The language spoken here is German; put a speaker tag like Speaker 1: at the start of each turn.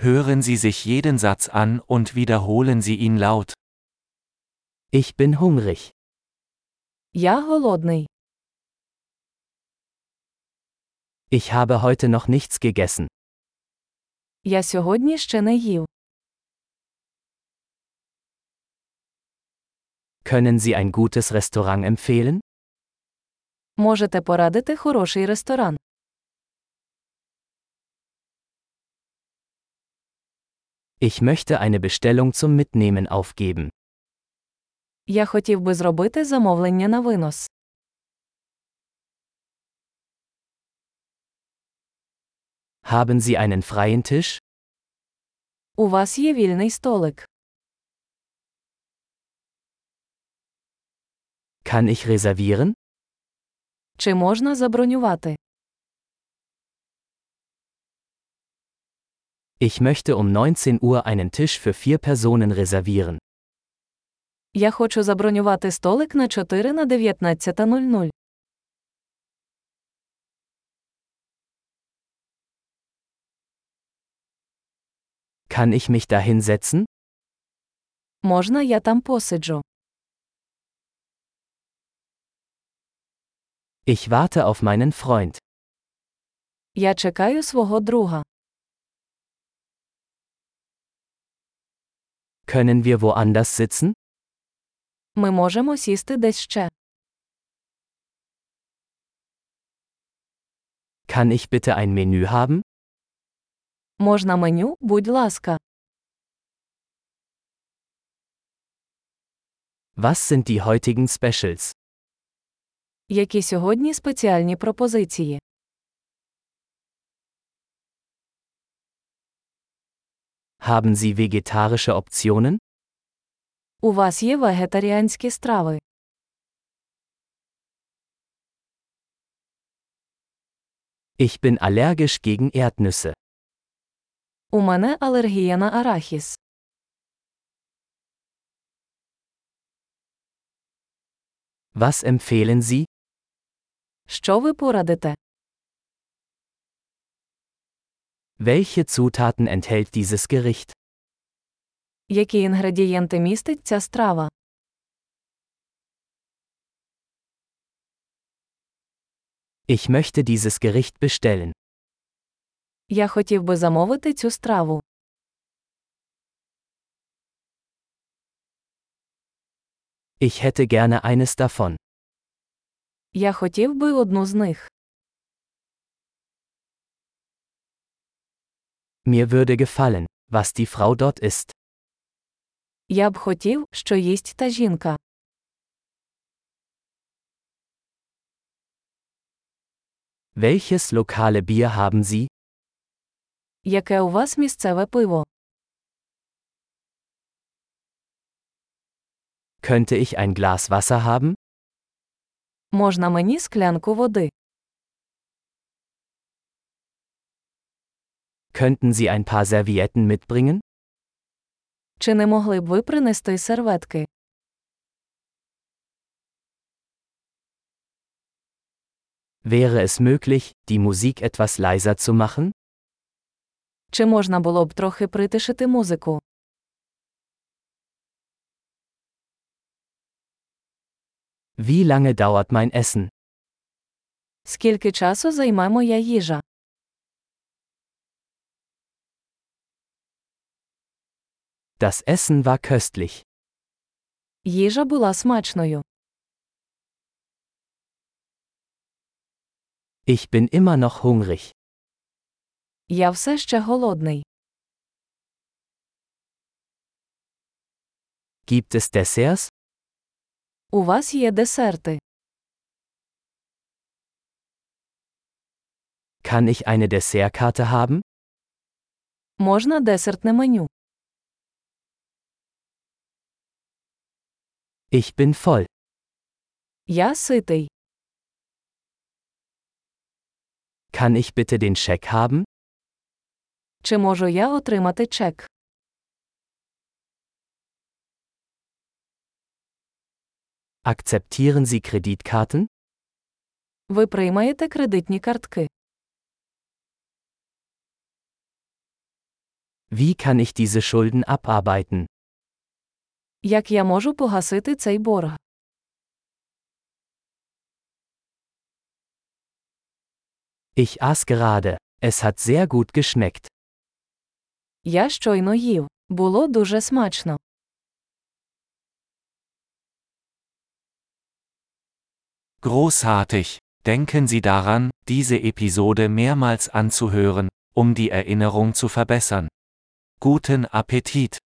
Speaker 1: Hören Sie sich jeden Satz an und wiederholen Sie ihn laut.
Speaker 2: Ich bin hungrig.
Speaker 3: Я голодний.
Speaker 2: Ich habe heute noch nichts gegessen.
Speaker 3: Я сьогодні ще не їв.
Speaker 2: Können Sie ein gutes Restaurant empfehlen?
Speaker 3: Можете порадити хороший ресторан.
Speaker 2: Ich möchte eine Bestellung zum Mitnehmen aufgeben.
Speaker 3: Я хотів би зробити замовлення на винос.
Speaker 2: Haben Sie einen freien Tisch?
Speaker 3: У вас є вільний столик.
Speaker 2: Kann ich reservieren?
Speaker 3: Чи можна забронювати?
Speaker 2: Ich möchte um 19 Uhr einen Tisch für vier Personen reservieren.
Speaker 3: Я хочу забронювати столик на 4 на 19.00.
Speaker 2: Kann ich mich da hinsetzen?
Speaker 3: Можна я там посиджу?
Speaker 2: Ich warte auf meinen Freund.
Speaker 3: Я чекаю свого друга.
Speaker 2: Können wir woanders sitzen?
Speaker 3: Ми можемо сісти десь ще.
Speaker 2: Kann ich bitte ein Menü haben?
Speaker 3: Можна меню, будь ласка.
Speaker 2: Was sind die heutigen Specials?
Speaker 3: Які сьогодні спеціальні пропозиції?
Speaker 2: Haben Sie vegetarische Optionen?
Speaker 3: У вас є вегетаріанські страви.
Speaker 2: Ich bin allergisch gegen Erdnüsse.
Speaker 3: У мене алергія на арахіс.
Speaker 2: Was empfehlen Sie?
Speaker 3: Що ви порадите?
Speaker 2: Welche Zutaten enthält dieses Gericht?
Speaker 3: Які інгредієнти містить ця страва?
Speaker 2: Ich möchte dieses Gericht bestellen.
Speaker 3: Я хотів би замовити цю страву.
Speaker 2: Ich hätte gerne eines davon.
Speaker 3: Я хотів би одну з них.
Speaker 2: Mir würde gefallen, was die Frau dort isst.
Speaker 3: Я б хотів, що їсть та жінка.
Speaker 2: Welches lokale Bier haben Sie?
Speaker 3: Яке у вас місцеве пиво?
Speaker 2: Könnte ich ein Glas Wasser haben?
Speaker 3: Можна мені склянку води?
Speaker 2: Könnten Sie ein paar Servietten mitbringen?
Speaker 3: Чи не могли б ви принести серветки?
Speaker 2: Wäre es möglich, die Musik etwas leiser zu machen?
Speaker 3: Чи можна було б трохи притишити музику?
Speaker 2: Wie lange dauert mein Essen?
Speaker 3: Скільки часу займе моя їжа?
Speaker 2: Das Essen war köstlich.
Speaker 3: Їжа була смачною.
Speaker 2: Ich bin immer noch hungrig.
Speaker 3: Я все ще голодний.
Speaker 2: Gibt es Desserts?
Speaker 3: У вас є десерти.
Speaker 2: Kann ich eine Dessertkarte haben?
Speaker 3: Можна десертне меню.
Speaker 2: Ich bin voll.
Speaker 3: Я ситий.
Speaker 2: Kann ich bitte den Scheck haben?
Speaker 3: Чи можу я отримати чек?
Speaker 2: Akzeptieren Sie Kreditkarten?
Speaker 3: Ви приймаєте кредитні картки.
Speaker 4: Wie kann ich diese Schulden abarbeiten?
Speaker 3: Як я можу погасити цей борг?
Speaker 4: Ich aß gerade. Es hat sehr gut geschmeckt.
Speaker 3: Я щойно їв. Було дуже смачно.
Speaker 2: Großartig! Denken Sie daran, diese Episode mehrmals anzuhören, um die Erinnerung zu verbessern. Guten Appetit!